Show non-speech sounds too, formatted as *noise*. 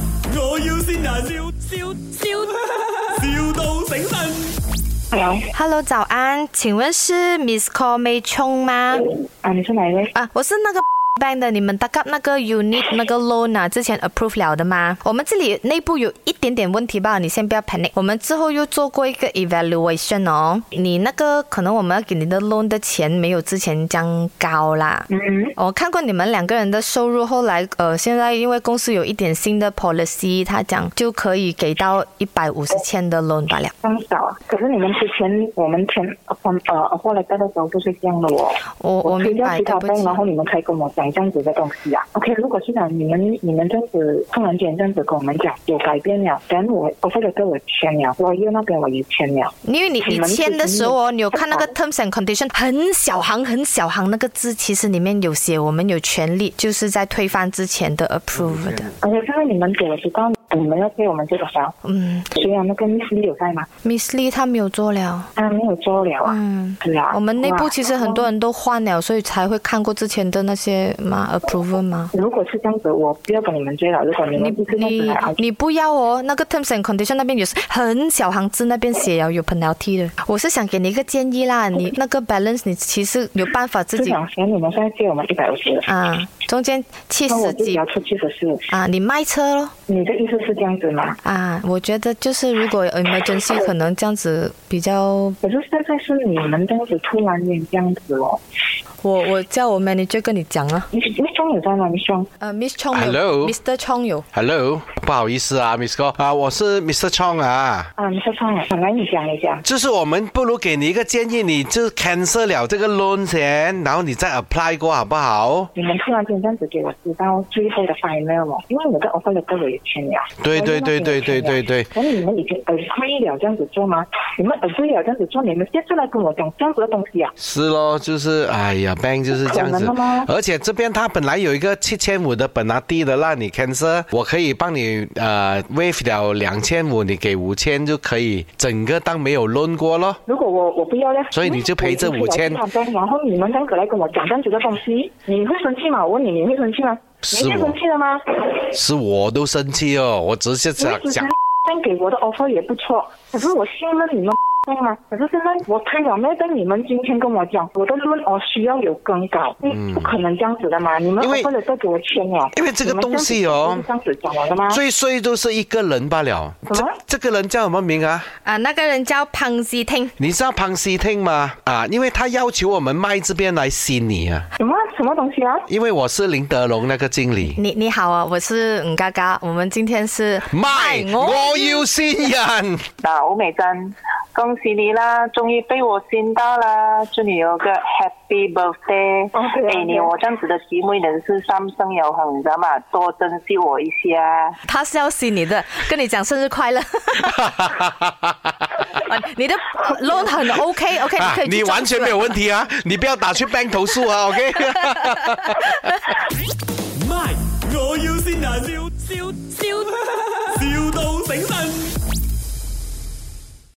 要先人，笑笑笑，,笑到醒神。 Hello， Hello，早安，请问是 Miss Call May Chong 吗？啊，你是哪一位？啊，我是那个 *laughs* bank 的，你们 d 个那个 unit 那个 loan 啊，之前 approve 了的吗？我们这里内部有一点点问题吧，你先不要 panic。我们之后又做过一个 evaluation 哦，你那个可能我们要给你的 loan 的钱没有之前这样高啦。嗯，我看过你们两个人的收入，后来呃，现在因为公司有一点新的 policy，他讲就可以给到一百五十千的 loan 罢了。刚少啊。可是你们之前我们填呃呃过来带的时候就是这样的哦。我我推明荐白，其对他不班，起然。后你们才跟我讲这样子的东西啊。OK，如果是讲你们你们这样子突然间这样子跟我们讲有改变了，等我我这个跟我签了，我又那边我也签了。因为你你你们签的时候哦，你有看那个是 terms and condition 很小行很小行那个字，其实里面有写我们有权利，就是在推翻之前的 approve 的。而且现在你们给我知道你们要给我们这个房，嗯虽然那个律师有在吗？ ，Miss Lee 她没有做了。他没有做了啊。嗯，是啊，我们内部哇其实很多人都换了，所以才会看过之前的那些嘛 approve 嘛。如果是这样子，我不要跟你们追了。如果你你们不是那样子你来啊熬你不要哦，那个 terms and condition 那边有很小行字那边写了有 penalty 的。我是想给你一个建议啦，你那个 balance 你其实有办法自就己想嫌你们现在借我们一百五十，啊，中间七那我十就几聊出去的是，啊，你卖车咯你的意思是这样子吗？啊！我觉得就是如果有 emergency 可能这样子比较，可是现在是你们这样子突然间这样子哦，我我叫我 manager 跟你讲啊，你你双有在哪？你双呃，Miss Chong 有 Hello Mr. Chong 有 Hello，不好意思啊，Miss 哥啊，我是 Mr. Chong 啊，啊，你说双了，本来你讲一讲，就是我们不如给你一个建议，你就 cancel 了这个 loan 先，然后你再 apply 过好不好？你们突然间这样子给我知道最后的 final 哦，因为我的 offer letter 我也签了，对对对对对对对可是你们已经 agree 了这样子做吗？你们 agree 了这样子做，你们现在来跟我讲这样子的东西啊？是咯，就是哎呀，bank 就是这样不可子能的吗，而且这边它本来有一个七千五的本拿地的，让你 cancel，我可以帮你呃 waive 了两千五，你给五千就可以，整个当没有 loan 过咯。如果我我不要呢？所以你就赔这5000然后你们三个来跟我讲这样子的东西，你会生气吗？我问你，你会生气吗？是你会我生气了吗？是我都生气哦，我只是我想之前想但给我的 offer 也不错，可是我信任你们对吗？可是现在我推了那但你们今天跟我讲我的论我需要有更改，你不可能这样子的嘛？你们嗯因为 offer 的都给我签了，因为这个东西哦你们这样子讲我的吗？最衰都是一个人罢了。什这么这个人叫什么名啊？啊，那个人叫潘西听，你知道潘西汀吗？啊，因为他要求我们卖这边来吸你啊，什么什么东西啊？因为我是林德龙那个经理。你你好啊，我是吴嘎嘎，我们今天是卖，我要先人。嗱，好美珍，恭喜你啦，终于被我见到啦，祝你有个 Happy Birthday！哦对啊哎、你对啊我这样子的题目，你是三生有幸，你知道吗？多珍惜我一下。他是要吸你的，跟你讲生日快乐。 *laughs* 啊你的 loan 很 OK OK，你啊 *laughs* 可以，去你完全终止了没有问题啊！你不要打去 bank 投诉啊，OK？